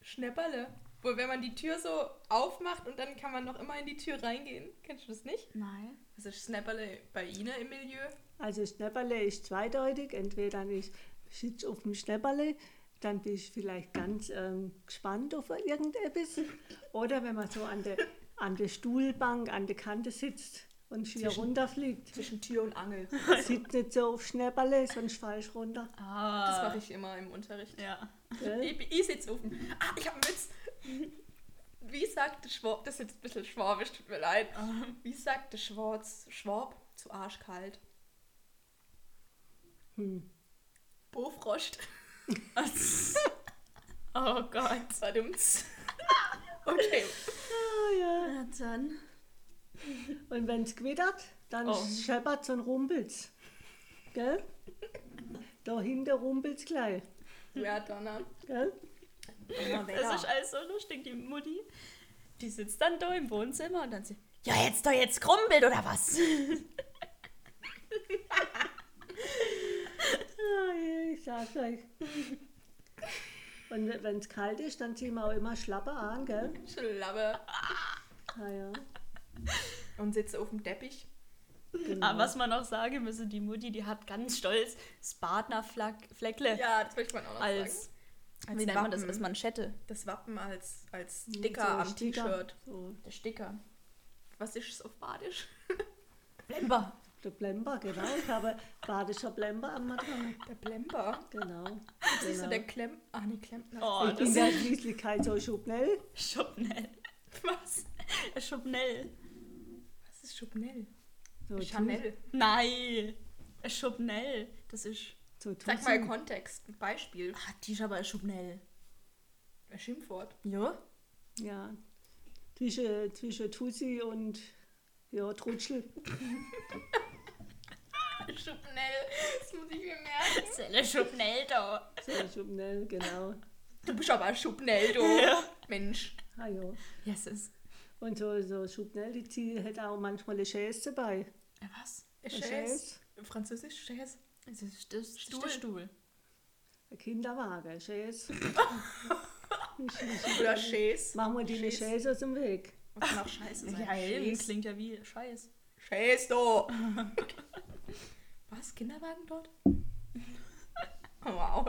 Speaker 2: Schnäpperle. Wo, wenn man die Tür so aufmacht und dann kann man noch immer in die Tür reingehen. Kennst du das nicht?
Speaker 1: Nein.
Speaker 2: Das ist Schnäpperle bei Ihnen im Milieu.
Speaker 3: Also Schnäpperle ist zweideutig. Entweder ich sitze auf dem Schnäpperle, dann bin ich vielleicht ganz ähm, gespannt auf irgendetwas. Oder wenn man so an der an der Stuhlbank, an der Kante sitzt und schier runterfliegt.
Speaker 2: Zwischen Tür und Angel.
Speaker 3: Sitzt nicht so auf Schnäpperle, sonst fall ich runter.
Speaker 1: Ah.
Speaker 2: Das mache ich immer im Unterricht.
Speaker 1: Ja.
Speaker 3: Gell?
Speaker 2: Ich, ich sitze auf dem... Ah, ich habe einen Witz. Wie sagt der Schwab... Das ist jetzt ein bisschen schwabisch, tut mir leid. Wie sagt der Schwarz, Schwab zu arschkalt?
Speaker 3: Hm.
Speaker 2: Bofrost.
Speaker 1: oh Gott.
Speaker 2: Verdammt. Okay.
Speaker 3: Ah, ja.
Speaker 1: Na dann.
Speaker 3: Und wenn es gewittert, dann
Speaker 1: Oh.
Speaker 3: scheppert's scheppert es und rumpelt's. Gell? Dahinter rumpelt's gleich.
Speaker 2: Ja, Donner.
Speaker 3: Gell?
Speaker 1: Das ist alles so lustig, die Mutti. Die sitzt dann da im Wohnzimmer und dann sie, ja, jetzt doch jetzt krumpelt oder was?
Speaker 3: Ah, ja, ich sag's euch. Und wenn es kalt ist, dann ziehen wir auch immer Schlappe an, gell?
Speaker 2: Schlabbe.
Speaker 3: Ah, ja.
Speaker 2: Und sitze auf dem Teppich.
Speaker 3: Genau.
Speaker 1: Aber ah, was man noch sagen müsse, die Mutti, die hat ganz stolz das Partnerfleckle
Speaker 2: Ja, das möchte man auch noch
Speaker 1: als,
Speaker 2: sagen.
Speaker 1: als wie nennt man das,
Speaker 2: Wappen.
Speaker 1: als Manschette.
Speaker 2: Das Wappen als, als
Speaker 3: Mit
Speaker 2: Sticker
Speaker 3: so
Speaker 2: am
Speaker 3: Sticker, Oh,
Speaker 2: T-Shirt.
Speaker 3: So,
Speaker 1: Der Sticker.
Speaker 2: Was ist es auf Badisch?
Speaker 1: Blemper.
Speaker 3: der Blemper, genau. Ich habe badischer Blemper am Matran.
Speaker 2: Der Blemper.
Speaker 3: Genau.
Speaker 2: Siehst du,
Speaker 3: genau.
Speaker 2: der Klemm... Ach nee, Klempner.
Speaker 1: Oh,
Speaker 3: ich bin
Speaker 1: das
Speaker 3: ja schließlich kein so schnell.
Speaker 1: Schubnell. Was? Äh, Schubnell.
Speaker 2: Was ist Schubnell?
Speaker 3: So, tu-
Speaker 2: Chanel.
Speaker 1: Nein. Schubnell. Das ist.
Speaker 3: So, tu
Speaker 2: Sag mal
Speaker 3: sie.
Speaker 2: Kontext, ein Beispiel.
Speaker 1: Ah, die ist aber Schubnell.
Speaker 2: Ein Schimpfwort.
Speaker 1: Ja?
Speaker 3: Ja. Zwischen, zwischen Tussi und ja, Trutschel.
Speaker 2: Schubnell. Das muss ich mir merken.
Speaker 1: Das ist eine Schubnell da.
Speaker 3: So schnell, genau.
Speaker 2: Du bist aber Schubnell, du. Mensch.
Speaker 3: Ah, ja.
Speaker 1: Yes, ist.
Speaker 3: Und so, so schnell, die Ziel hat auch manchmal eine Schäse dabei.
Speaker 2: Äh,
Speaker 1: Was?
Speaker 3: Eine
Speaker 2: Chaise. Französisch Chaise.
Speaker 1: Das ist, das Stuhl.
Speaker 2: der
Speaker 1: Stuhl.
Speaker 3: Eine Kinderwaage, eine Chaise.
Speaker 2: Oder Chaise.
Speaker 3: Machen wir die eine
Speaker 2: Chaise.
Speaker 3: Chaise aus dem Weg.
Speaker 2: Was nach Scheiße sein.
Speaker 1: Ja, eben.
Speaker 2: Chaise.
Speaker 1: Klingt ja wie Scheiß.
Speaker 2: Scheiß du! Was? Kinderwagen dort? Oh, Wow.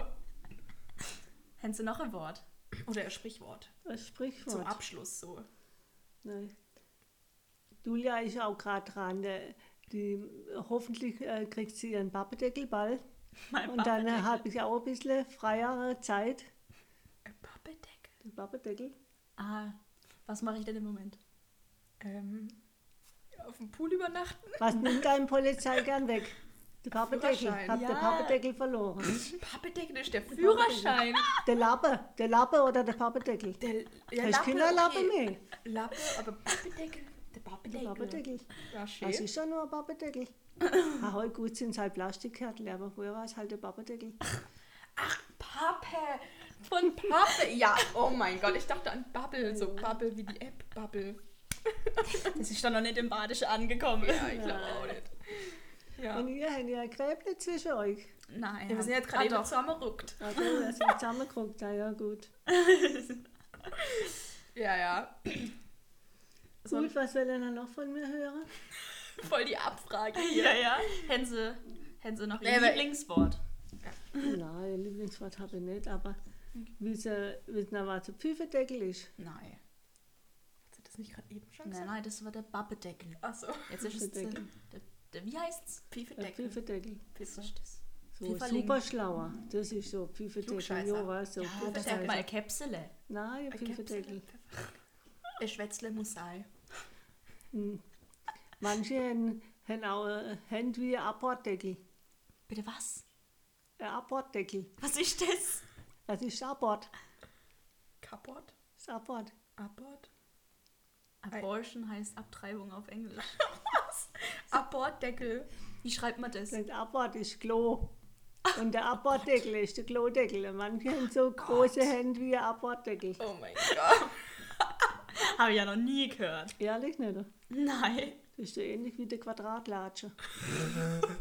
Speaker 1: Hättest du noch ein Wort?
Speaker 2: Oder ein Sprichwort.
Speaker 3: Ein Sprichwort.
Speaker 2: Zum Abschluss so.
Speaker 3: Nein. Julia ist auch gerade dran. Der, die, hoffentlich äh, kriegt sie ihren Pappedeckel bald.
Speaker 1: Mein
Speaker 3: Und dann
Speaker 1: Pappendeckel.
Speaker 3: habe ich auch ein bisschen freiere Zeit.
Speaker 2: Ein Pappedeckel.
Speaker 3: Den Pappedeckel.
Speaker 1: Ah, was mache ich denn im Moment?
Speaker 2: Ähm, auf dem Pool übernachten?
Speaker 3: Was nimmt dein Polizei gern weg? Der Pappedeckel.
Speaker 2: Führerschein.
Speaker 3: Hab den
Speaker 1: Ja.
Speaker 3: Pappedeckel verloren.
Speaker 2: Pappedeckel ist der Führerschein.
Speaker 3: Der Lappe. Der Lappe oder der Pappedeckel?
Speaker 2: Der, der
Speaker 3: Hast du Kinderlappe
Speaker 2: okay.
Speaker 3: mehr?
Speaker 2: Lappe, aber Pappedeckel. Der
Speaker 3: Der Also-
Speaker 2: Pappedeckel.
Speaker 3: Pappedeckel.
Speaker 2: Ja,
Speaker 3: Das
Speaker 2: schön.
Speaker 3: ist ja nur ein Pappedeckel. ah, heute gut sind es halt Plastikkärtel, aber früher war es halt der Pappedeckel.
Speaker 2: Pappe. Von Pappe. Ja, oh mein Gott. Ich dachte an Bubble. So Bubble wie die App Bubble.
Speaker 1: Das ist doch noch nicht im Badische angekommen.
Speaker 2: Ja, ich glaube auch nicht. Ja.
Speaker 3: Und ihr habt ja ein Gräble zwischen euch.
Speaker 1: Nein.
Speaker 2: Ja, wir sind jetzt
Speaker 1: Ah,
Speaker 2: gerade eben
Speaker 1: doch.
Speaker 2: zusammengerückt.
Speaker 3: Also, wir sind zusammengeguckt, na ja, gut.
Speaker 2: Ja, ja. So.
Speaker 3: Gut, was will er noch von mir hören?
Speaker 2: Voll die Abfrage hier.
Speaker 1: Ja, ja. Hätten sie, hätten sie noch ihr
Speaker 2: Nee, aber-
Speaker 1: Lieblingswort.
Speaker 3: Nein, Lieblingswort habe ich nicht, aber wissen wissen wir, was der Pfeifendeckel ist?
Speaker 1: Nein.
Speaker 2: Hat sie das nicht gerade eben schon
Speaker 1: Nein,
Speaker 2: gesagt?
Speaker 1: nein, das war der Babbedeckel.
Speaker 2: Achso.
Speaker 1: Jetzt ist es der,
Speaker 3: Babbedeckel.
Speaker 1: der, der, wie heißt's?
Speaker 3: Der
Speaker 2: Pfiffedeckel.
Speaker 3: Pfeifendeckel.
Speaker 1: Was ist das?
Speaker 3: So
Speaker 1: Pfifferling.
Speaker 3: super schlauer. Das ist so Pfeifendeckel.
Speaker 2: Klugscheißer.
Speaker 3: Ja, was so
Speaker 1: Ja, das
Speaker 3: Pfeifendeckel.
Speaker 1: sagt mal Käpsele.
Speaker 3: Nein,
Speaker 2: Ein
Speaker 3: Pfeifendeckel.
Speaker 2: Der Schwätzle muss sein.
Speaker 3: Hm. Manche haben, haben auch äh, haben wie ein Abortdeckel.
Speaker 1: Bitte was?
Speaker 3: Ein Abortdeckel.
Speaker 1: Was ist das?
Speaker 3: Das ist Abort.
Speaker 2: Kapport?
Speaker 3: Das Abort.
Speaker 2: Abort?
Speaker 1: Abortion heißt Abtreibung auf Englisch.
Speaker 2: Abortdeckel. Wie schreibt man das?
Speaker 3: Das Abbord ist Klo. Und der Abborddeckel ist der Klodeckel. Und manche haben so große Hände wie ein Abborddeckel.
Speaker 2: Oh mein Gott.
Speaker 1: Habe ich ja noch nie gehört.
Speaker 3: Ehrlich nicht? Das
Speaker 1: Nein.
Speaker 3: ist ja ähnlich wie der Quadratlatsche.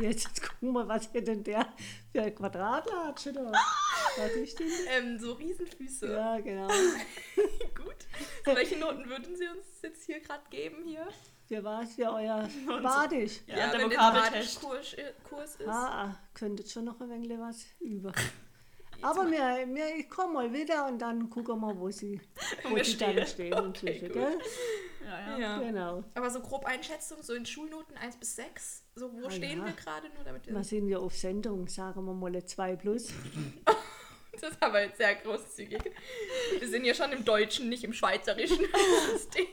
Speaker 3: Jetzt, jetzt gucken wir, was hier denn der für eine Quadratlatsche da? Was ist denn? das?
Speaker 2: Ähm, so Riesenfüße.
Speaker 3: Ja, genau.
Speaker 2: Gut. Welche Noten würden Sie uns jetzt hier gerade geben hier?
Speaker 3: Für was? Für euer Badisch.
Speaker 1: Ja, der
Speaker 2: wenn jetzt
Speaker 1: Vokabeltest.
Speaker 2: Badischkurs i- Kurs ist.
Speaker 3: Ah, ah, könntet schon noch ein wenig was über. Aber mir, mir, ich komme mal wieder und dann gucken wir, wo sie, wo
Speaker 2: wir
Speaker 3: sie dann
Speaker 2: stehen.
Speaker 3: stehen inzwischen, gell?
Speaker 1: Ah, Ja, ja.
Speaker 2: Ja.
Speaker 3: Genau.
Speaker 2: Aber so grob Einschätzung, so in Schulnoten 1 bis 6, so wo
Speaker 3: Ah,
Speaker 2: stehen
Speaker 3: ja.
Speaker 2: wir gerade nur damit wir
Speaker 3: Wir sind ja auf Sendung, sagen wir mal 2 plus.
Speaker 2: Das ist aber jetzt sehr großzügig. Wir sind ja schon im Deutschen, nicht im Schweizerischen System.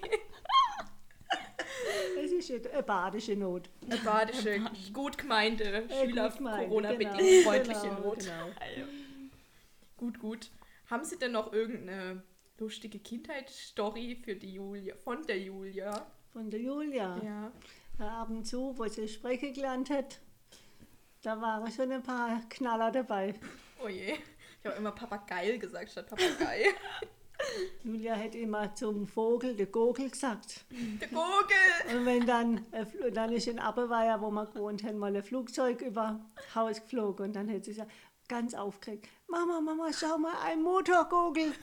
Speaker 3: Es ist eine eine badische Not.
Speaker 2: Eine badische, gut gemeinte,
Speaker 3: Äh,
Speaker 2: Schüler
Speaker 3: gut gemeint,
Speaker 2: Corona-bedingt
Speaker 3: genau,
Speaker 2: freundliche
Speaker 3: genau,
Speaker 2: Not.
Speaker 3: Genau.
Speaker 2: Gut, gut. Haben Sie denn noch irgendeine lustige Kindheitsstory für die Julia, von der Julia?
Speaker 3: Von der Julia,
Speaker 2: Ja.
Speaker 3: ab und zu, wo sie sprechen gelernt hat, da waren schon ein paar Knaller dabei.
Speaker 2: Oh je. Ich habe immer Papagei gesagt statt Papagei.
Speaker 3: Julia hat immer zum Vogel, der Gogel gesagt.
Speaker 2: der Gurgel!
Speaker 3: Und wenn dann, ein Fl- dann ist in Appelweier, wo wir gewohnt haben, mal ein Flugzeug über Haus geflogen und dann hat sie gesagt, ganz aufgeregt, Mama, Mama, schau mal, ein Motorgogel,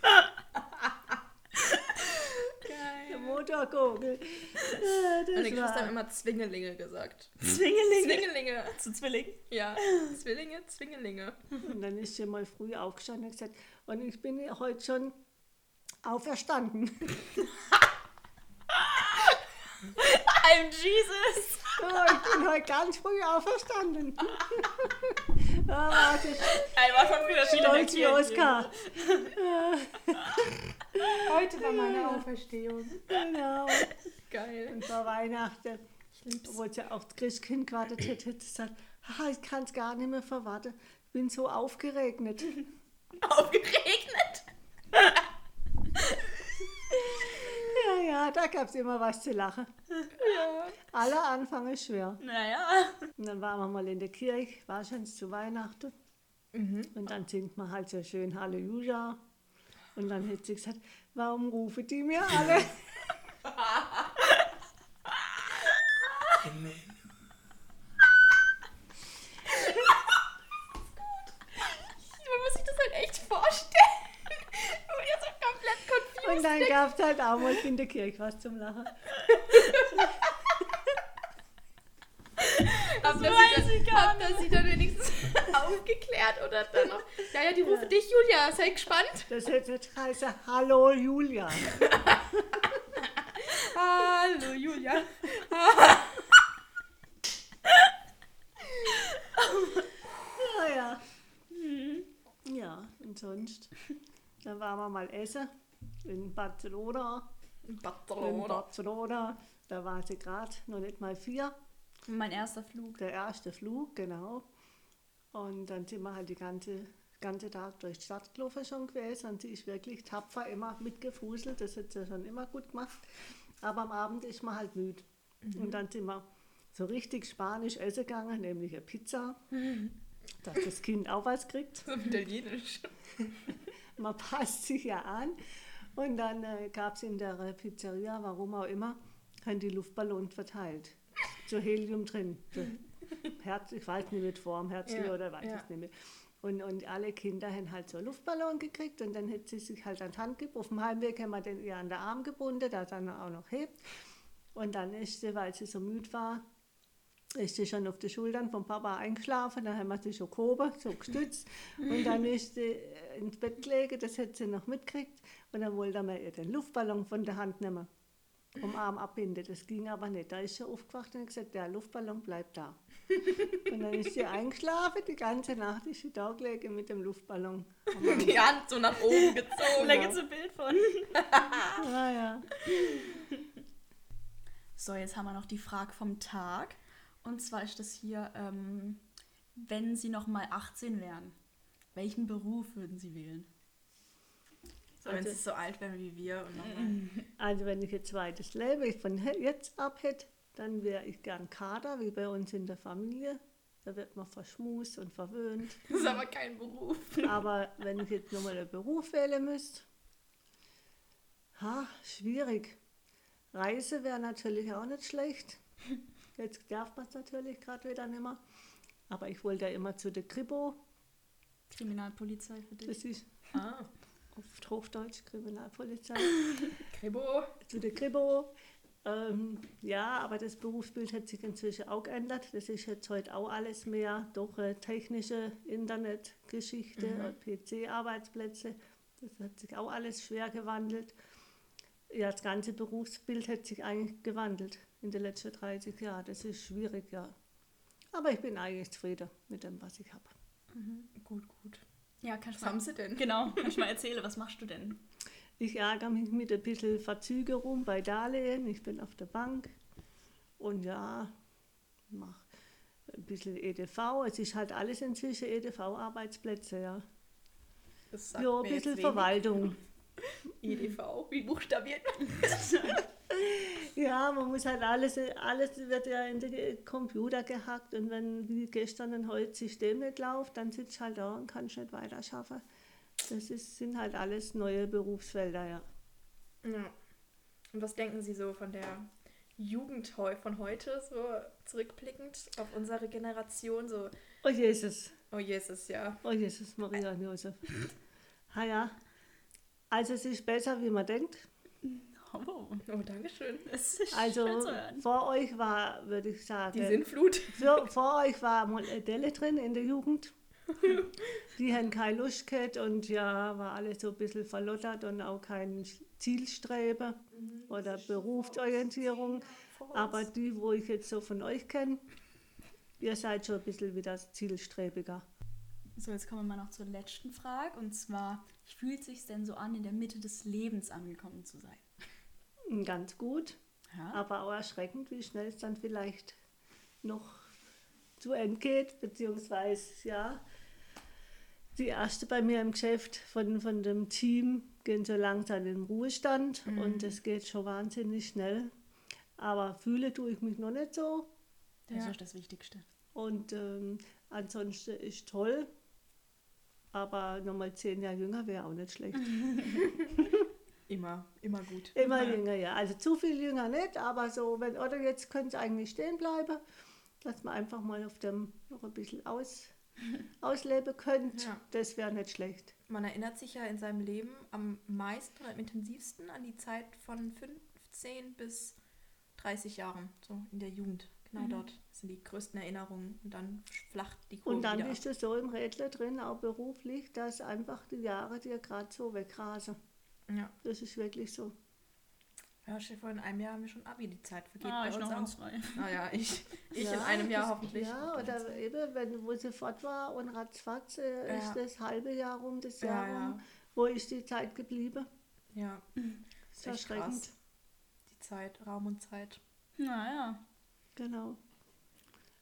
Speaker 3: ein
Speaker 2: Geil.
Speaker 3: Motorgogel. Ja, das
Speaker 2: Meine Geschwister
Speaker 3: war-
Speaker 2: haben immer Zwingelinge gesagt.
Speaker 1: Zwingelinge.
Speaker 2: Zwingelinge!
Speaker 1: Zu Zwilling.
Speaker 2: Ja, Zwillinge, Zwingelinge.
Speaker 3: Und dann ist sie mal früh aufgestanden und gesagt, und ich bin heute schon auferstanden.
Speaker 1: I'm Jesus.
Speaker 3: Ja, ich bin heute ganz früh auferstanden. Ah, Ja, war sie
Speaker 1: Ich war schon früher viel
Speaker 3: stolz wie Oskar.
Speaker 4: Heute war meine Auferstehung.
Speaker 3: Genau.
Speaker 2: Geil.
Speaker 3: Und vor Weihnachten, wo sie auf das Christkind gewartet hat, hat sie gesagt, "Ah, ich kann es gar nicht mehr verwarten. Ich bin so aufgeregnet.
Speaker 2: Aufgeregnet!
Speaker 3: Ja, ja, da gab es immer was zu lachen.
Speaker 2: Ja.
Speaker 3: Aller Anfang ist schwer.
Speaker 1: Naja.
Speaker 3: Und dann waren wir mal in der Kirche, war schon zu Weihnachten. Und dann singt man halt so schön Halleluja. Und dann hat sie gesagt, warum rufen die mir alle?
Speaker 2: Man muss sich das halt echt vorstellen. Und ihr so komplett confused.
Speaker 3: Und dann gab es halt auch mal in der Kirche was zum Lachen.
Speaker 2: Habt ihr sie, dann- habt ihr sie dann wenigstens aufgeklärt oder dann noch. Ja, ja, die rufen dich, Julia. Sei gespannt.
Speaker 3: Das hätte jetzt heißen, hallo Julia.
Speaker 2: Hallo, Julia.
Speaker 3: Ja, ja. Mhm. Ja, und sonst. Dann waren wir mal essen in Barcelona. In
Speaker 2: Barcelona.
Speaker 3: Barcelona. Da war sie gerade noch nicht mal vier.
Speaker 1: Mein erster Flug.
Speaker 3: Der erste Flug, genau. Und dann sind wir halt die ganze ganze Tag durch die Stadt gelaufen schon gewesen und sie ist wirklich tapfer immer mitgefuselt, das hat sie schon immer gut gemacht. Aber am Abend ist man halt müde.
Speaker 1: Mhm.
Speaker 3: Und dann sind wir so richtig spanisch essen gegangen, nämlich eine Pizza, dass das Kind auch was kriegt.
Speaker 2: So italienisch.
Speaker 3: Man passt sich ja an. Und dann äh, gab es in der Pizzeria, warum auch immer, haben die Luftballon verteilt. So Helium drin. So Herz, ich weiß nicht mit Form, Herzli
Speaker 2: Ja,
Speaker 3: oder weiß
Speaker 2: ja.
Speaker 3: ich nicht mehr. Und, und alle Kinder haben halt so einen Luftballon gekriegt und dann hat sie sich halt an die Hand gebunden. Auf dem Heimweg haben wir den ihr an der Arm gebunden, da dann auch noch hebt. Und dann ist sie, weil sie so müde war, ist sie schon auf die Schultern vom Papa eingeschlafen, dann haben wir sie schon gehoben, so gestützt und dann ist sie äh, ins Bett gelegen, das hat sie noch mitgekriegt und dann wollte man ihr den Luftballon von der Hand nehmen, vom Arm abbinden, das ging aber nicht. Da ist sie aufgewacht und hat gesagt, der Luftballon bleibt da. Und dann ist sie eingeschlafen, die ganze Nacht ist sie da gelegen mit dem Luftballon.
Speaker 2: Die Hand so nach oben
Speaker 1: Und da
Speaker 2: gezogen.
Speaker 1: gibt's ein Bild von.
Speaker 3: Ah, ja.
Speaker 1: So, jetzt haben wir noch die Frage vom Tag. Und zwar ist das hier, ähm, wenn Sie noch mal 18 wären, welchen Beruf würden Sie wählen?
Speaker 2: So, wenn sie so alt wären wie wir und nochmal.
Speaker 3: Also wenn ich jetzt zweites Leben von he- jetzt ab hätte, Dann wäre ich gern Kader, wie bei uns in der Familie. Da wird man verschmust und verwöhnt.
Speaker 2: Das ist aber kein Beruf.
Speaker 3: Aber wenn ich jetzt nochmal einen Beruf wählen müsste, ha, schwierig. Reise wäre natürlich auch nicht schlecht. Jetzt darf man es natürlich gerade wieder nicht mehr. Aber ich wollte ja immer zu der Kripo.
Speaker 1: Kriminalpolizei für dich.
Speaker 3: Das ist
Speaker 2: Ah,
Speaker 3: auf Hochdeutsch Kriminalpolizei.
Speaker 2: Kribo.
Speaker 3: zu der Kripo. Ähm, ja, aber das Berufsbild hat sich inzwischen auch geändert. Das ist jetzt heute auch alles mehr durch äh, technische Internetgeschichte und PC-Arbeitsplätze. Das hat sich auch alles schwer gewandelt. Ja, das ganze Berufsbild hat sich eigentlich gewandelt in den letzten 30 Jahren. Das ist schwierig, ja. Aber ich bin eigentlich zufrieden mit dem, was ich habe.
Speaker 2: Gut, gut.
Speaker 1: Ja, kannst
Speaker 2: Was haben sie denn?
Speaker 1: Genau, kannst du mal erzählen, was machst du denn?
Speaker 3: Ich ärgere mich mit ein bisschen Verzögerung bei Darlehen. Ich bin auf der Bank und ja, mach ein bisschen EDV. Es ist halt alles inzwischen EDV-Arbeitsplätze, ja.
Speaker 2: Das sagt
Speaker 3: Ja,
Speaker 2: mir
Speaker 3: ein
Speaker 2: jetzt
Speaker 3: bisschen
Speaker 2: wenig.
Speaker 3: Verwaltung.
Speaker 2: EDV. Wie buchstabiert man?
Speaker 3: Ja, man muss halt alles, alles wird ja in den Computer gehackt und wenn wie gestern ein Holzsystem nicht läuft, dann sitzt halt da und kannst nicht weiter schaffen. Das ist, sind halt alles neue Berufsfelder, ja.
Speaker 2: Ja. Und was denken Sie so von der Jugend heu- von heute, so zurückblickend auf unsere Generation? So,
Speaker 3: Oh Jesus.
Speaker 2: oh Jesus, ja.
Speaker 3: Oh Jesus, Maria und Josef. Ha Ah ja. Also es ist besser, wie man denkt.
Speaker 1: Oh,
Speaker 2: Oh, Dankeschön.
Speaker 1: das ist
Speaker 3: Also
Speaker 1: schön zu hören.
Speaker 3: vor euch war, würde ich sagen,
Speaker 2: Die Sinnflut.
Speaker 3: so, vor euch war Modelle drin in der Jugend. Die haben keine Lust gehabt und ja, war alles so ein bisschen verlottert und auch kein Zielstrebe
Speaker 1: Mhm.
Speaker 3: oder Berufsorientierung. Aber die, wo ich jetzt so von euch kenne, ihr seid schon ein bisschen wieder zielstrebiger.
Speaker 1: So, jetzt kommen wir mal noch zur letzten Frage. Und zwar, wie fühlt sich denn so an, in der Mitte des Lebens angekommen zu sein?
Speaker 3: Ganz gut.
Speaker 1: Ja.
Speaker 3: Aber auch erschreckend, wie schnell es dann vielleicht noch zu Ende geht, beziehungsweise ja. Die erste bei mir im Geschäft von, von dem Team gehen so langsam in den Ruhestand und es geht schon wahnsinnig schnell. Aber fühle tue ich mich noch nicht so.
Speaker 1: Das
Speaker 2: Ja.
Speaker 1: ist das Wichtigste.
Speaker 3: Und ähm, ansonsten ist toll. Aber nochmal zehn Jahre jünger wäre auch nicht schlecht.
Speaker 2: Immer, immer gut.
Speaker 3: Immer jünger, ja. Also zu viel jünger nicht, aber so, wenn, oder jetzt könnte es eigentlich stehen bleiben, dass man einfach mal auf dem noch ein bisschen aus, ausleben könnte.
Speaker 2: Ja.
Speaker 3: Das wäre nicht schlecht.
Speaker 2: Man erinnert sich ja in seinem Leben am meisten und am intensivsten an die Zeit von 15 bis 30 Jahren, so in der Jugend. Genau dort sind die größten Erinnerungen und dann flacht die Kurve
Speaker 3: Mhm. Und dann
Speaker 2: wieder
Speaker 3: bist du so im Rädler drin, auch beruflich, dass einfach die Jahre dir gerade so wegrasen.
Speaker 2: ab. Ja.
Speaker 3: Das ist wirklich so.
Speaker 2: ja, stell dir vor, in einem Jahr haben wir schon Abi, die Zeit vergeht
Speaker 1: Ah,
Speaker 2: bei
Speaker 1: ich
Speaker 2: uns
Speaker 1: noch
Speaker 2: auch.
Speaker 1: uns zwei.
Speaker 2: Ah ja, ich, ich in
Speaker 3: Ja,
Speaker 2: einem Jahr
Speaker 3: das-
Speaker 2: hoffentlich.
Speaker 3: Ja, oder eben, wenn, wo sie fort war und ratzfatz äh,
Speaker 2: Ja.
Speaker 3: ist das halbe Jahr rum, das
Speaker 2: Ja,
Speaker 3: Jahr
Speaker 2: ja.
Speaker 3: rum. Wo ist die Zeit geblieben?
Speaker 2: Ja,
Speaker 3: Das
Speaker 2: ist echt
Speaker 3: ist erschreckend.
Speaker 2: krass. Die Zeit, Raum und Zeit.
Speaker 1: Naja,
Speaker 3: Genau.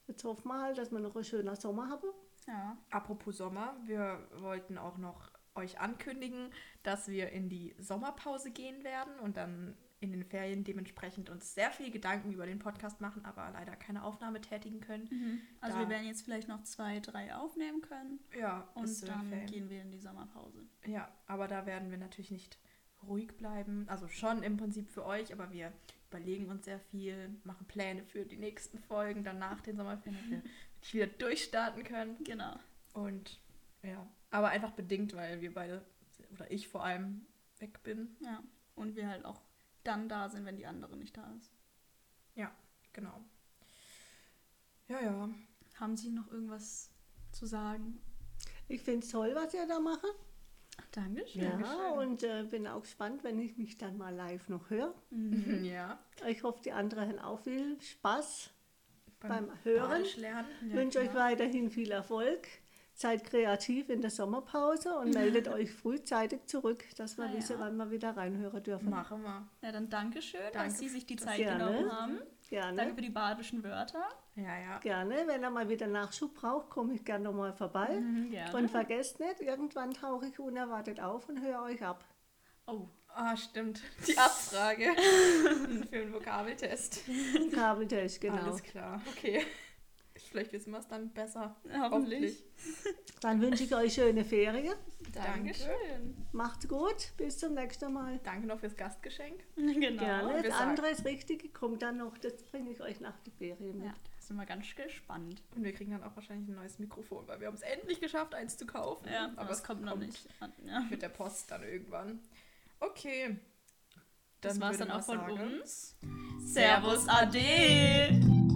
Speaker 3: Jetzt hoffen wir halt, dass wir noch einen schönen Sommer haben.
Speaker 1: ja.
Speaker 2: Apropos Sommer, wir wollten auch noch euch ankündigen, dass wir in die Sommerpause gehen werden und dann in den Ferien dementsprechend uns sehr viel Gedanken über den Podcast machen, aber leider keine Aufnahme tätigen können.
Speaker 1: Also
Speaker 2: Da-
Speaker 1: wir werden jetzt vielleicht noch zwei, drei aufnehmen können.
Speaker 2: Ja,
Speaker 1: Und
Speaker 2: bis zu den
Speaker 1: dann
Speaker 2: Ferien.
Speaker 1: gehen wir in die Sommerpause.
Speaker 2: Ja, aber da werden wir natürlich nicht ruhig bleiben. Also schon im Prinzip für euch, aber wir überlegen uns sehr viel, machen Pläne für die nächsten Folgen, dann nach den Sommerferien, damit wir wirklich wieder durchstarten können.
Speaker 1: Genau.
Speaker 2: Und ja, aber einfach bedingt, weil wir beide, oder ich vor allem, weg bin.
Speaker 1: Ja. Und wir halt auch dann da sind, wenn die andere nicht da ist.
Speaker 2: Genau. Ja, ja.
Speaker 1: Haben Sie noch irgendwas zu sagen?
Speaker 3: Ich finde es toll, was ihr da macht.
Speaker 1: Dankeschön.
Speaker 3: Ja,
Speaker 2: Dankeschön.
Speaker 3: und äh, bin auch gespannt, wenn ich mich dann mal live noch höre.
Speaker 1: Mhm.
Speaker 2: ja.
Speaker 3: Ich hoffe, die anderen haben auch viel Spaß. Beim Hören.
Speaker 2: Badisch lernen.
Speaker 3: Ich
Speaker 2: Ja,
Speaker 3: wünsche euch
Speaker 2: klar.
Speaker 3: weiterhin viel Erfolg. Seid kreativ in der Sommerpause und meldet euch frühzeitig zurück, dass wir
Speaker 1: Ah, ja.
Speaker 3: wissen, wann wir wieder reinhören dürfen.
Speaker 2: Machen wir.
Speaker 1: Ja, dann Dankeschön,
Speaker 2: Danke
Speaker 1: dass Sie sich die
Speaker 2: fürs
Speaker 1: Zeit
Speaker 3: Gerne. Mhm.
Speaker 1: genommen haben. Danke
Speaker 3: Gerne,
Speaker 1: für die badischen Wörter.
Speaker 2: Ja, ja.
Speaker 3: gerne. Wenn ihr mal wieder Nachschub braucht, komme ich gerne nochmal vorbei.
Speaker 1: Mhm, gerne.
Speaker 3: Und vergesst nicht, irgendwann tauche ich unerwartet auf und höre euch ab.
Speaker 1: oh,
Speaker 2: Ah, stimmt. Die Abfrage für den Vokabeltest.
Speaker 3: Kabeltisch, genau.
Speaker 2: Alles klar, okay. Vielleicht wissen wir es dann besser.
Speaker 1: Hoffentlich.
Speaker 3: Dann wünsche ich euch schöne Ferien.
Speaker 2: Dankeschön.
Speaker 3: Macht's gut. Bis zum nächsten Mal.
Speaker 2: Danke noch fürs Gastgeschenk.
Speaker 1: Genau.
Speaker 3: Gerne. Das
Speaker 2: gesagt.
Speaker 3: andere ist richtig, kommt dann noch. Das bringe ich euch nach den Ferien mit.
Speaker 1: Ja, da sind wir ganz gespannt.
Speaker 2: Und wir kriegen dann auch wahrscheinlich ein neues Mikrofon, weil wir haben es endlich geschafft, eins zu kaufen.
Speaker 1: Ja, aber es kommt, noch nicht. an, Ja.
Speaker 2: Mit der Post dann irgendwann. Okay.
Speaker 1: Das
Speaker 2: war
Speaker 1: war's
Speaker 2: es
Speaker 1: dann auch von uns. Servus, Ade!